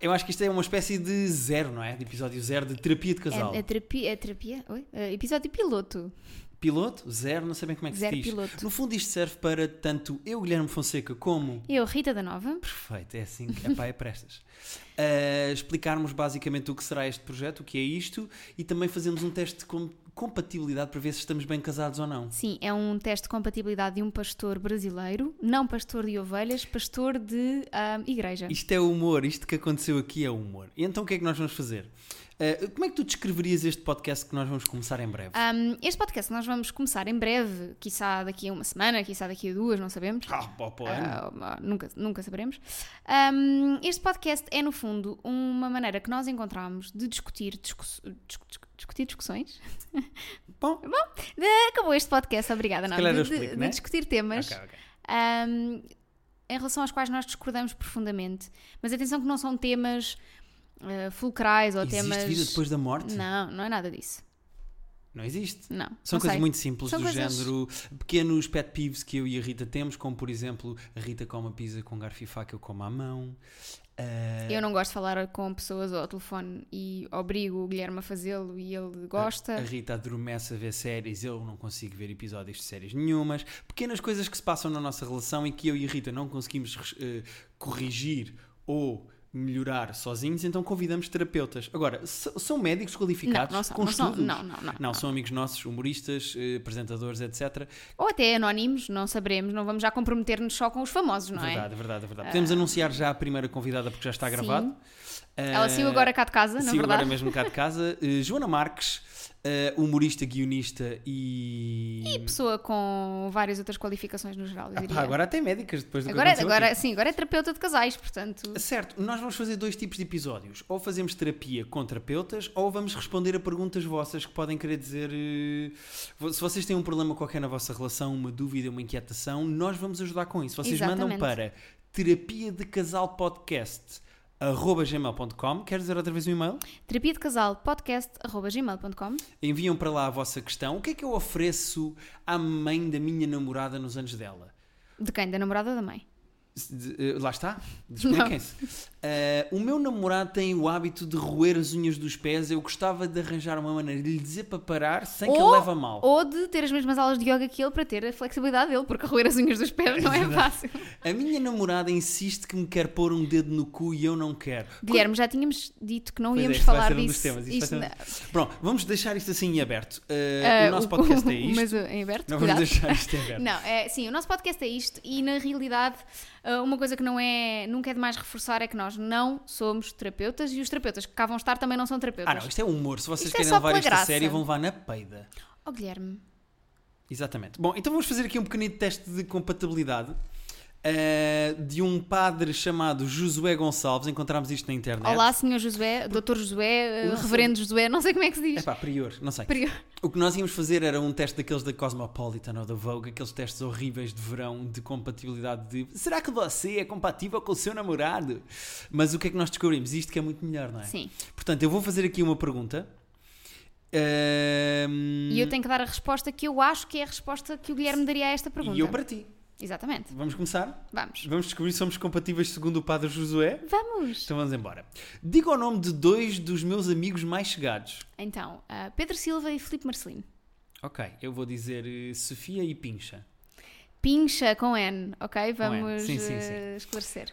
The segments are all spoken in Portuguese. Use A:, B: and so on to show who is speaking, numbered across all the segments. A: Eu acho que isto é uma espécie de zero, não é? De episódio zero de terapia de casal.
B: É, é terapia, é terapia? Oi? É episódio piloto.
A: Piloto? Zero, não sabem como é que
B: Zero
A: se diz.
B: piloto.
A: No fundo, isto serve para tanto eu, Guilherme Fonseca, como.
B: Eu, Rita da Nova.
A: Perfeito, é assim que. Epá, é prestas. Ah, explicarmos basicamente o que será este projeto, o que é isto e também fazemos um teste de com- compatibilidade para ver se estamos bem casados ou não.
B: Sim, é um teste de compatibilidade de um pastor brasileiro, não pastor de ovelhas, pastor de ah, igreja.
A: Isto é humor, isto que aconteceu aqui é humor. E então o que é que nós vamos fazer? Ah, como é que tu descreverias este podcast que nós vamos começar em breve?
B: Um, este podcast nós vamos começar em breve, quiçá daqui a uma semana, quiçá daqui a duas, não sabemos.
A: Ah, pá, pá, é,
B: Ah, ah, nunca, nunca saberemos. Um, este podcast é, no fundo, uma maneira que nós encontramos de discutir, discuss- discu- discu- discutir discussões.
A: Bom,
B: Acabou este podcast, obrigada, não.
A: calhar
B: De,
A: eu
B: de-
A: explico,
B: de
A: né?
B: discutir temas
A: ok, ok.
B: um, em relação aos quais nós discordamos profundamente. Mas atenção que não são temas ah, fulcrais ou
A: Existe
B: temas.
A: vida depois da morte?
B: Não, não é nada disso.
A: Não existe.
B: Não.
A: São
B: não
A: coisas
B: sei.
A: muito simples,
B: São
A: do
B: coisas-
A: género pequenos pet peeves que eu e a Rita temos, como por exemplo, a Rita come a pizza com garfo e faca, eu como à mão. Ah,
B: Eu não gosto de falar com pessoas ao telefone e obrigo o Guilherme a fazê-lo e ele gosta.
A: A Rita adormece a ver séries, eu não consigo ver episódios de séries nenhumas. Pequenas coisas que se passam na nossa relação e que eu e a Rita não conseguimos eh, corrigir ou melhorar sozinhos, então convidamos terapeutas. Agora, s- são médicos qualificados
B: não são,
A: com
B: não são,
A: estudos?
B: não, não, não, não.
A: são amigos nossos, humoristas, eh, apresentadores, etc.
B: Ou até anónimos, não saberemos, não vamos já comprometer-nos só com os famosos, não é? Ah.
A: Verdade, verdade, verdade. Podemos anunciar já a primeira convidada porque já está
B: Sim.
A: gravado.
B: é? Ela saiu agora cá de casa, na
A: Saiu agora
B: verdade.
A: mesmo cá de casa. Eh, Joana Marques, eh, humorista, guionista e.
B: Pessoa com várias outras qualificações no geral, eu
A: Ah, pá,
B: diria.
A: agora até médicas, depois do que
B: agora,
A: aconteceu
B: agora-
A: aqui.
B: sim, agora é terapeuta de casais, portanto.
A: Certo, nós vamos fazer dois tipos de episódios. Ou fazemos terapia com terapeutas, ou vamos responder a perguntas vossas que podem querer dizer. eh, vo- Se vocês têm um problema qualquer na vossa relação, uma dúvida, uma inquietação, nós vamos ajudar com isso. Vocês mandam
B: Exatamente.
A: para terapia de casal podcast gmail.com, quer dizer outra vez o e-mail?
B: Terapia de casal podcast.gmail.com.
A: Enviam para lá a vossa questão. O que é que eu ofereço à mãe da minha namorada nos anos dela?
B: De quem? Da namorada ou da mãe?
A: Se- de- eh, lá está, expliquem-se. Eh, o meu namorado tem o hábito de roer as unhas dos pés. Eu gostava de arranjar uma maneira de lhe dizer para parar sem que ele
B: Ou-
A: leva a mal.
B: Ou de ter as mesmas aulas de yoga que ele para ter a flexibilidade dele, porque roer as unhas dos pés não é fácil.
A: A minha namorada insiste que me quer pôr um dedo no cu e eu não quero.
B: Guilherme, já tínhamos dito que não
A: Pois é,
B: íamos
A: isto vai
B: falar
A: ser um
B: disso.
A: dos temas, isto vai
B: Isto
A: ser Pronto, vamos deixar isto assim em aberto.
B: não-
A: Eh,
B: Ah,
A: o nosso podcast é isto.
B: Mas uh, em aberto,
A: não vamos
B: cuidado.
A: deixar isto em aberto.
B: Não, é, sim, o nosso podcast é isto e na realidade ah, uma coisa que não é, nunca é demais reforçar é que nós não somos terapeutas e os terapeutas que cá vão estar também não são
A: Ah,
B: terapeutas.
A: não, isto é humor. Se vocês
B: Isto é
A: querem
B: só
A: levar
B: pela
A: isto a
B: graça.
A: sério, vão levar na peida.
B: Oh Guilherme,
A: Exatamente. Bom, então vamos fazer aqui um pequenino teste de compatibilidade eh, de um padre chamado Josué Gonçalves. Encontramos isto na internet.
B: olá senhor Josué, doutor Josué, ah,
A: Não é. sei.
B: reverendo Josué, não sei como é que se
A: É
B: diz.
A: pá, prior, não sei.
B: Prior.
A: O que nós íamos fazer era um teste daqueles da Cosmopolitan ou da Vogue, aqueles testes horríveis de verão de compatibilidade de será que você é compatível com o seu namorado? Mas o que é que nós descobrimos? Isto que é muito melhor, não é?
B: Sim,
A: Portanto, eu vou fazer aqui uma pergunta. Ehm,
B: e eu tenho que dar a resposta que eu acho que é a resposta que o Guilherme daria a esta pergunta.
A: e eu para ti.
B: Exatamente,
A: Vamos começar?
B: vamos.
A: Vamos descobrir se somos compatíveis segundo o padre Josué?
B: Vamos!
A: Então vamos embora. Diga o nome de dois dos meus amigos mais chegados.
B: Então, ah, Pedro Silva e Filipe Marcelino.
A: Ok, eu vou dizer eh, Sofia e Pincha.
B: Pincha com N, ok?
A: Com N,
B: Vamos
A: sim, sim,
B: ah,
A: sim.
B: esclarecer.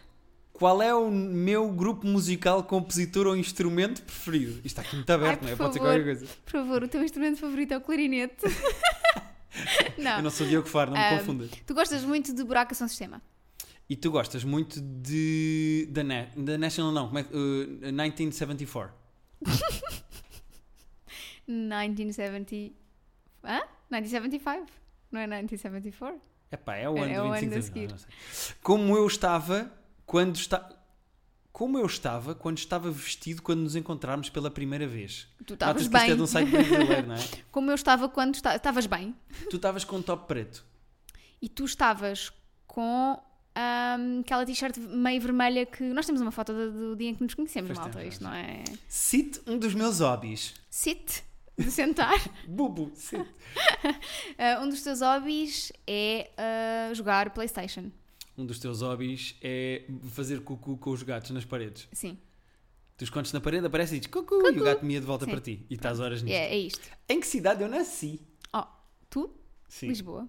A: Qual é o meu grupo musical, compositor ou instrumento preferido? Isto está aqui muito aberto,
B: Ai,
A: não é?
B: por
A: Pode ser
B: favor.
A: qualquer coisa.
B: Por favor, o teu instrumento favorito é o clarinete. não. Tá.
A: Eu não sou Diogo Faro, não me
B: Ah,
A: confundas.
B: Tu gostas muito de Buraca São Sistema.
A: E tu gostas muito de. da, Na- da National, não, como é que. eh, 1974.
B: 1970. Hã? 1975. Não é 1974?
A: Epá, é o ano
B: É
A: do
B: o ano
A: 25
B: a
A: de abril,
B: seguir.
A: não sei. Como eu estava quando está como eu estava quando estava vestido quando nos encontrarmos pela primeira vez.
B: Tu
A: Notas
B: estavas
A: que isto é
B: bem.
A: de um site brasileiro, não é?
B: Como eu estava quando esta- estavas bem.
A: tu estavas com um top preto.
B: E tu estavas com ahm, aquela t-shirt meio vermelha que. Nós temos uma foto do, do dia em que nos conhecemos,
A: Pois
B: malta.
A: temos,
B: Isto não é.
A: Cite um dos meus hobbies.
B: Sit. De sentar.
A: Bubu, cite.
B: Ah, um dos teus hobbies é ah, jogar PlayStation.
A: Um dos teus hobbies é fazer cucu com os gatos nas paredes.
B: Sim.
A: Tu escondes na parede, aparece e diz cucu, e o gato mia de volta
B: Sim.
A: para ti. E estás horas nisto.
B: É, é isto.
A: Em que cidade eu nasci?
B: Oh, tu,
A: Sim.
B: Lisboa.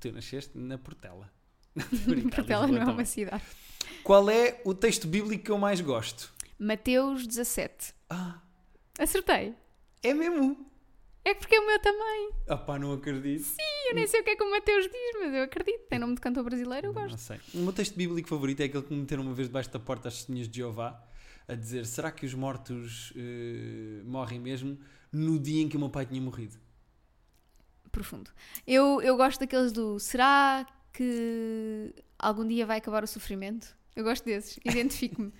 A: Tu nasceste na Portela.
B: Portela não é uma cidade.
A: Qual é o texto bíblico que eu mais gosto?
B: Mateus 17.
A: Ah,
B: Acertei.
A: é mesmo?
B: É porque é o meu também.
A: Ah pá, não acredito. Sim,
B: Eu nem sei o que é que o Mateus diz, mas eu acredito. Tem nome de cantor brasileiro, eu gosto.
A: Não sei. O meu texto bíblico favorito é aquele que me meteram uma vez debaixo da porta às testemunhas de Jeová a dizer, será que os mortos eh, morrem mesmo no dia em que o meu pai tinha morrido?
B: Profundo. Eu, eu gosto daqueles do será que algum dia vai acabar o sofrimento? Eu gosto desses. Identifico-me.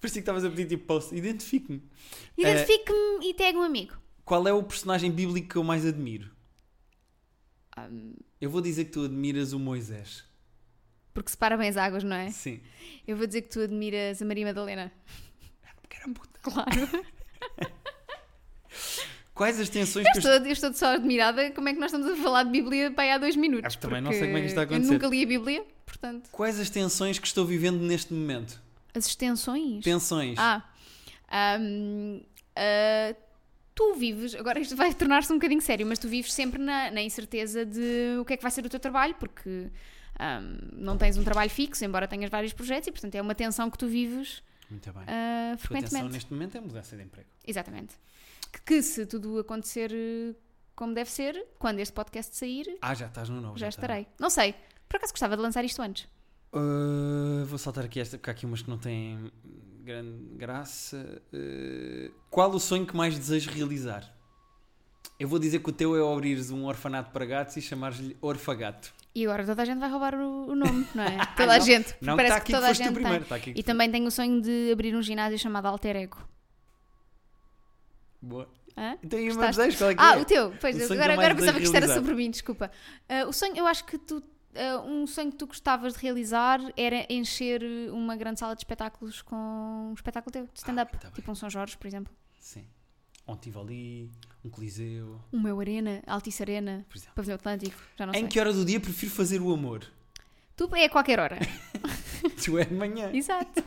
A: Parecia que estavas a pedir tipo post, identifique-me.
B: Identifique-me e tag um amigo.
A: Qual é o personagem bíblico que eu mais admiro?
B: Hum.
A: Eu vou dizer que tu admiras o Moisés.
B: Porque separa bem as águas, não é?
A: Sim.
B: Eu vou dizer que tu admiras a Maria Madalena.
A: Porque era puta.
B: Claro.
A: Quais as tensões
B: Eu
A: que os
B: estou, eu estou só admirada como é que nós estamos a falar de Bíblia para aí há dois minutos.
A: Ah, também não
B: porque
A: sei como é que isto está a
B: Eu
A: acontecer.
B: nunca li a Bíblia, portanto.
A: Quais as tensões que estou vivendo neste momento?
B: As extensões.
A: Tensões.
B: Ah. Ahm, ah, tu vives, agora isto vai tornar-se um bocadinho sério, mas tu vives sempre na, na incerteza de o que é que vai ser o teu trabalho, porque ahm, não tens um trabalho fixo, embora tenhas vários projetos, e portanto é uma tensão que tu vives
A: Muito bem. A
B: ah,
A: tua tensão
B: frequentemente.
A: neste momento é mudança de emprego.
B: Exatamente. Que, que se tudo acontecer eh, como deve ser, quando este podcast sair,
A: Ah, já estás no novo.
B: já
A: está.
B: estarei. Não sei. Por acaso gostava de lançar isto antes.
A: Ah, vou saltar aqui esta, porque há aqui umas que não têm grande graça. Ah, qual o sonho que mais desejas realizar? Eu vou dizer que o teu é abrires um orfanato para gatos e chamares-lhe Orfagato.
B: E agora toda a gente vai roubar o, o nome, não é? Toda a gente.
A: Ah, Não,
B: Parece
A: está aqui
B: que
A: que
B: toda a
A: foste
B: gente
A: tu
B: tá- tem.
A: primeiro. Está aqui que
B: E
A: tu-
B: também tenho o sonho de abrir um ginásio chamado Alter Ego.
A: Boa.
B: Hã?
A: Então, e o meu
B: Gostaste?
A: desejo, qual é que
B: Ah,
A: é?
B: o teu. Pois,
A: O sonho que
B: agora,
A: eu mais
B: agora pensava que isto era
A: desejo
B: sobre mim, desculpa. Ah, o sonho, eu acho que tu. ah, um sonho que tu gostavas de realizar era encher uma grande sala de espetáculos com um espetáculo teu, de stand-up.
A: Ah, tá bem.
B: tipo um São Jorge, por exemplo.
A: Sim. Um Tivoli, um Coliseu,
B: O meu Arena, Altice Arena,
A: por exemplo.
B: Pavilhão Atlântico, já não
A: em
B: sei.
A: que hora do dia prefiro fazer o amor?
B: Tu é a qualquer hora.
A: tu é de manhã.
B: Exato.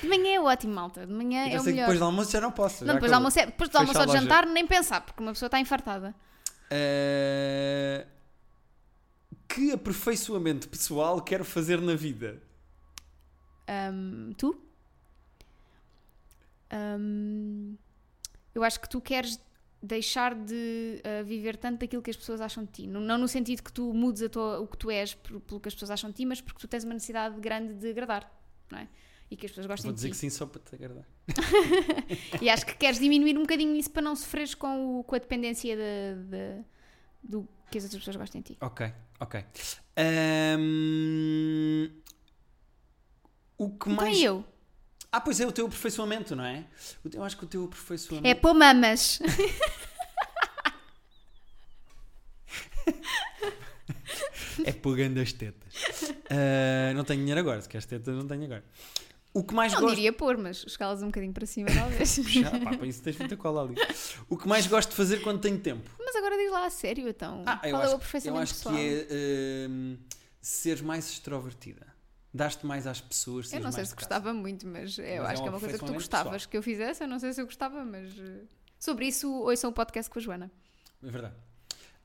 B: De manhã é ótimo, malta. De
A: Eu
B: manhã é o
A: sei que
B: melhor.
A: depois do almoço já não posso. já
B: Não, depois
A: acabou.
B: do almoço, é- depois do
A: Fecha
B: almoço
A: a
B: ou de
A: loja.
B: jantar, nem pensar, porque uma pessoa está infartada.
A: Eh, Que aperfeiçoamento pessoal quero fazer na vida?
B: Ahm, tu? Ahm, eu acho que tu queres deixar de ah, viver tanto daquilo que as pessoas acham de ti. Não, não no sentido que tu mudes a tua- o que tu és por- pelo que as pessoas acham de ti, mas porque tu tens uma necessidade grande de agradar, não é? E que as pessoas gostem
A: Vou dizer
B: de
A: que
B: ti.
A: sim só para te agradar.
B: E acho que queres diminuir um bocadinho isso para não sofreres com, o- com a dependência da- da- do que as outras pessoas gostem de ti.
A: Ok, ok. Ahm, Ehm, O que
B: Então
A: mais.
B: e eu?
A: Ah, pois é, o teu aperfeiçoamento, não é? O teu- Eu acho que o teu aperfeiçoamento.
B: É pô mamas.
A: É pegando as tetas. Ah, não tenho dinheiro agora, se queres tetas, não tenho agora. O que mais
B: Não
A: gosto.
B: diria pôr, mas escalas um bocadinho para cima, talvez.
A: Já, pá, para isso tens muita cola ali. O que mais gosto de fazer quando tenho tempo?
B: mas agora diz lá a sério, então.
A: Ah, eu
B: Qual é
A: acho,
B: o aperfeiçoamento
A: eu acho
B: pessoal?
A: que é hum, seres mais extrovertida. Dar-te mais às pessoas.
B: Eu
A: seres
B: não sei
A: mais
B: se
A: de casa.
B: gostava muito, mas eu
A: Mas é um
B: acho que é uma coisa que tu
A: aperfeiçoamento
B: gostavas
A: pessoal.
B: que eu fizesse. Eu não sei se eu gostava, mas. eh, Sobre isso, ouçam o podcast com a Joana.
A: É verdade.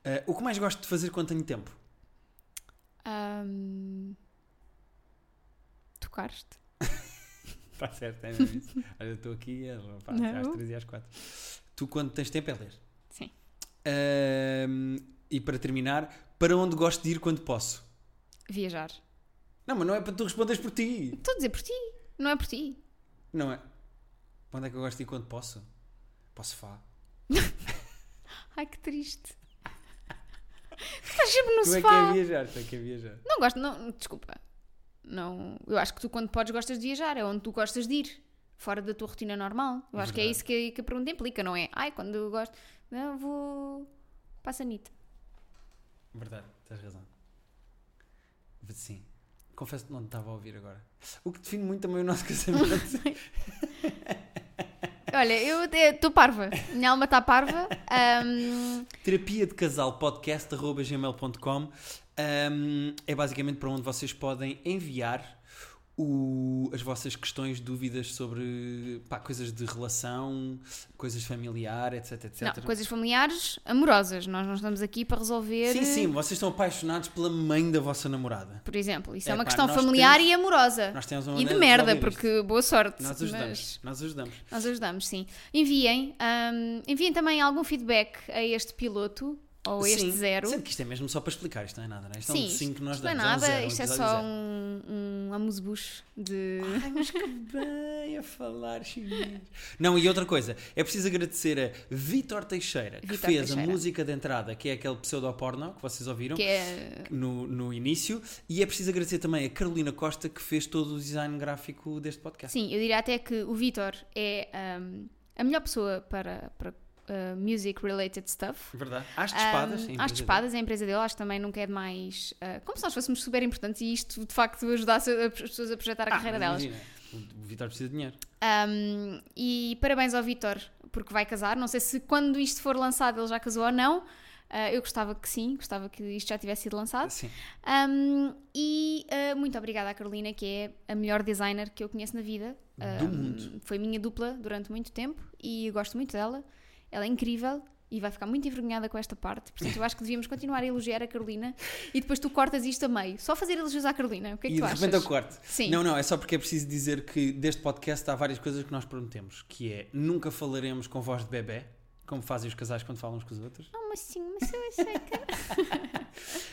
A: Ah, o que mais gosto de fazer quando tenho tempo?
B: Ahm, Tocaste?
A: Está certo, é mesmo isso. Olha, eu estou aqui é, pá,
B: Não.
A: às três e às quatro. Tu, quando tens tempo, é ler.
B: Sim.
A: Ahm, e para terminar, para onde gosto de ir quando posso?
B: Viajar.
A: Não, mas não é para tu responderes por ti.
B: Estou a dizer por ti, não é por ti.
A: Não é. Para onde é que eu gosto de ir quando posso? Posso fá.
B: Ai que triste. Tu Estás sempre no
A: Tu é que
B: sofá.
A: é viajar, tu é que é viajar.
B: Não gosto, não, desculpa. Não, eu acho que tu quando podes gostas de viajar, é onde tu gostas de ir, fora da tua rotina normal. Eu acho que é
A: Verdade.
B: isso que, que a pergunta implica, não é? Ai, quando eu gosto, não vou passa nita.
A: Verdade, tens razão. Sim. Confesso que não te estava a ouvir agora. O que define muito também o nosso casamento.
B: Olha, eu até- estou parva, minha alma está parva. Ahm,
A: Terapia de Casal Podcast, arroba gmail.com. Ahm, é basicamente para onde vocês podem enviar o- as vossas questões, dúvidas sobre pá, coisas de relação, coisas familiar, etc, etc.
B: Não, coisas familiares, amorosas. Nós não estamos aqui para resolver.
A: Sim, sim, vocês estão apaixonados pela mãe da vossa namorada.
B: Por exemplo, isso é,
A: É
B: uma
A: pá,
B: questão
A: nós
B: familiar
A: temos-
B: e amorosa.
A: Nós temos uma
B: E de
A: maneira
B: merda,
A: resolver isto.
B: porque boa sorte.
A: Nós
B: mas-
A: ajudamos, nós ajudamos.
B: Nós ajudamos, sim. Enviem, hum, enviem também algum feedback a este piloto ou a este
A: Sim,
B: zero.
A: Sendo que isto é mesmo só para explicar, isto não é nada, né? Isto é
B: sim,
A: um 5 que nós
B: isto não é
A: damos.
B: nada,
A: é um zero, um
B: isto é
A: episódio
B: só
A: zero. Ah, é
B: um, um amuse-bouche de.
A: Bem a falar chinês. Não, e outra coisa, é preciso agradecer a Vitor Teixeira, que
B: Vítor
A: fez a
B: Teixeira.
A: música de entrada, que é aquele pseudo-porno que vocês ouviram.
B: que é.
A: No, no início, e é preciso agradecer também a Carolina Costa que fez todo o design gráfico deste podcast.
B: Sim, eu diria até que o Vitor é hum, a melhor pessoa para, para uh, music-related stuff.
A: Verdade. Às de espadas. em
B: Hum, Às de
A: brasileiro.
B: espadas, é a empresa dele, acho que também nunca é demais. uh, como se nós fôssemos super importantes e isto de facto ajudasse a- as pessoas a projetar a
A: Ah,
B: carreira
A: mas
B: delas.
A: imagina, O Vitor precisa de dinheiro.
B: Um, e parabéns ao Vitor, porque vai casar. Não sei se quando isto for lançado ele já casou ou não. Uh, eu gostava que sim, gostava que isto já tivesse sido lançado.
A: Sim.
B: Um, e uh, muito obrigada à Carolina, que é a melhor designer que eu conheço na vida.
A: Do mundo.
B: Foi minha dupla durante muito tempo e eu gosto muito dela. Ela é incrível e vai ficar muito envergonhada com esta parte. Portanto, eu acho que devíamos continuar a elogiar a Carolina e depois tu cortas isto a meio. Só fazer elogios à Carolina. O que é que
A: e de
B: tu
A: repente eu
B: achas?
A: corto.
B: Sim.
A: Não, não, é só porque é preciso dizer que deste podcast há várias coisas que nós prometemos, que é nunca falaremos com voz de bebê, como fazem os casais quando falam uns com os outros.
B: Ah, mas sim, mas eu sei que.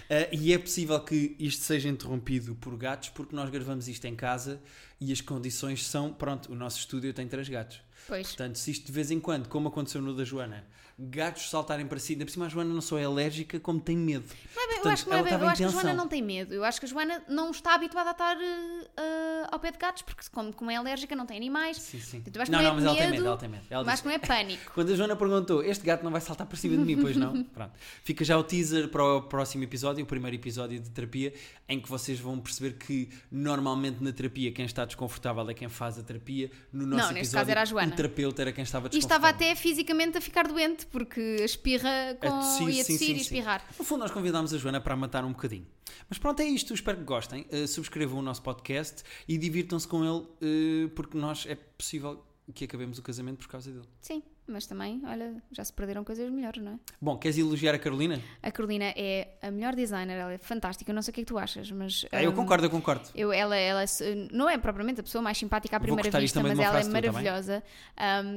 A: Ah, e é possível que isto seja interrompido por gatos, porque nós gravamos isto em casa e as condições são, pronto, o nosso estúdio tem três gatos.
B: Pois.
A: Portanto, se isto de vez em quando, como aconteceu no da Joana, gatos saltarem para si, ainda por cima a Joana não só é alérgica, como tem medo.
B: Não é bem- eu
A: Portanto,
B: acho que, não é
A: ela
B: bem-
A: estava
B: eu
A: em
B: acho que a Joana
A: tensão.
B: não tem medo. Eu acho que a Joana não está habituada a estar eh, eh, ao pé de gatos, porque como, como é alérgica, não tem animais.
A: Sim, sim.
B: Portanto, eu acho que
A: não,
B: não é
A: não, mas ela tem
B: medo,
A: medo, ela tem medo. Ela
B: mas
A: diz-
B: acho que não é pânico.
A: Quando a Joana perguntou, este gato não vai saltar para cima de mim, pois não? Pronto. Fica já o teaser para o próximo episódio, o primeiro episódio de terapia, em que vocês vão perceber que normalmente na terapia quem está desconfortável é quem faz a terapia. No nosso
B: neste
A: episódio,
B: caso era a Joana.
A: o terapeuta era quem estava
B: E
A: desconfortável.
B: estava até fisicamente a ficar doente, porque espirra com,
A: tossir,
B: e a
A: sim,
B: tossir
A: sim,
B: e
A: sim.
B: espirrar.
A: No fundo, nós convidámos a Joana para a matar um bocadinho. Mas pronto, é isto. Espero que gostem. Uh, subscrevam o nosso podcast e divirtam-se com ele, uh, porque nós é possível que acabemos o casamento por causa dele.
B: Sim, mas também, olha, já se perderam coisas melhores, não é?
A: Bom, queres elogiar a Carolina?
B: A Carolina é a melhor designer, ela é fantástica. Eu não sei o que é que tu achas, mas.
A: Ah, eu
B: hum,
A: concordo, eu concordo.
B: Eu, ela, ela se- não é propriamente a pessoa mais simpática à
A: Vou
B: primeira
A: cortar isto
B: vista,
A: também
B: mas
A: de uma
B: ela é
A: frase tua, tá bem?
B: maravilhosa.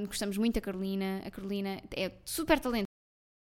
B: Ahm, gostamos muito da Carolina. A Carolina é super talentosa.